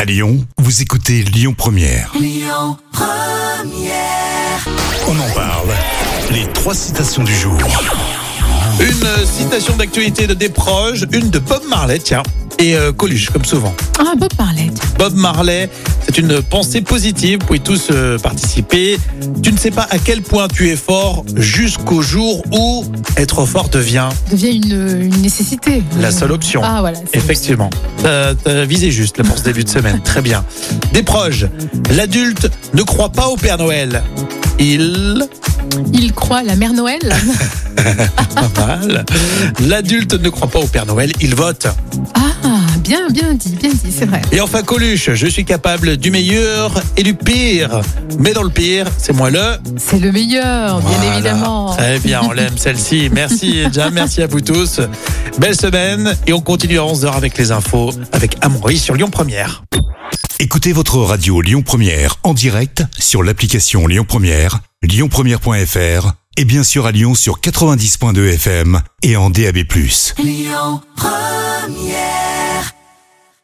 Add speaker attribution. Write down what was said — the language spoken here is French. Speaker 1: À Lyon, vous écoutez Lyon Première. On en parle. Les trois citations du jour.
Speaker 2: Une euh, citation d'actualité de Desproges, une de Bob Marley, tiens, et euh, Coluche, comme souvent.
Speaker 3: Ah, Bob Marley.
Speaker 2: Bob Marley, c'est une pensée positive, vous pouvez tous euh, participer. Tu ne sais pas à quel point tu es fort jusqu'au jour où être fort devient
Speaker 3: Devient une, une nécessité.
Speaker 2: la seule option.
Speaker 3: Ah, voilà. c'est-
Speaker 2: Effectivement, t'as t'as visé juste là, pour ce début de semaine, très bien. Desproges, l'adulte ne croit pas au Père Noël. Il...
Speaker 3: Il croit à la mère Noël.
Speaker 2: Pas mal. L'adulte ne croit pas au Père Noël, il vote.
Speaker 3: Ah, bien, bien dit, bien dit, c'est vrai.
Speaker 2: Et enfin Coluche, je suis capable du meilleur et du pire. Mais dans le pire, c'est moi le...
Speaker 3: C'est le meilleur, bien
Speaker 2: Voilà.
Speaker 3: évidemment.
Speaker 2: Très bien, on l'aime celle-ci. Merci Jam, merci à vous tous. Belle semaine et on continue à 11h avec les infos avec Amaury sur Lyon Première.
Speaker 1: Écoutez votre radio Lyon Première en direct sur l'application Lyon Première, lyonpremière.fr et bien sûr à Lyon sur 90.2 FM et en DAB+.
Speaker 4: Lyon Première